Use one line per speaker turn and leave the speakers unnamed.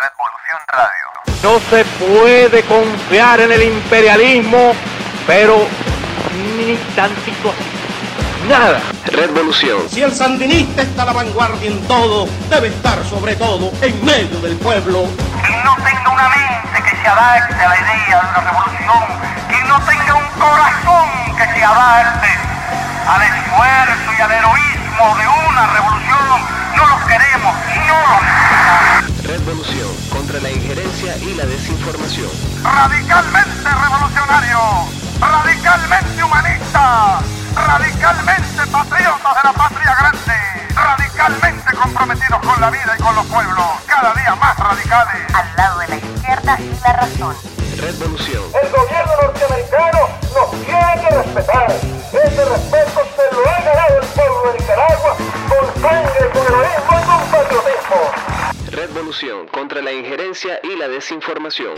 Revolución Radio.
No se puede confiar en el imperialismo, pero ni tantito así. Nada.
Revolución.
Si el sandinista está a la vanguardia en todo, debe estar sobre todo en medio del pueblo.
Quien no tenga una mente que se adapte a la idea de una revolución, quien no tenga un corazón que se adapte al esfuerzo y al heroísmo de una revolución, no los queremos, no los
Revolución contra la injerencia y la desinformación.
radicalmente revolucionario, radicalmente humanista, radicalmente patriotas de la patria grande, radicalmente comprometidos con la vida y con los pueblos, cada día más radicales.
al lado de la izquierda y la razón.
Revolución.
El gobierno norteamericano nos tiene que respetar. Ese respeto se lo ha ganado el pueblo de Nicaragua con sangre, con heroísmo y con patriotismo.
Revolución contra la injerencia y la desinformación.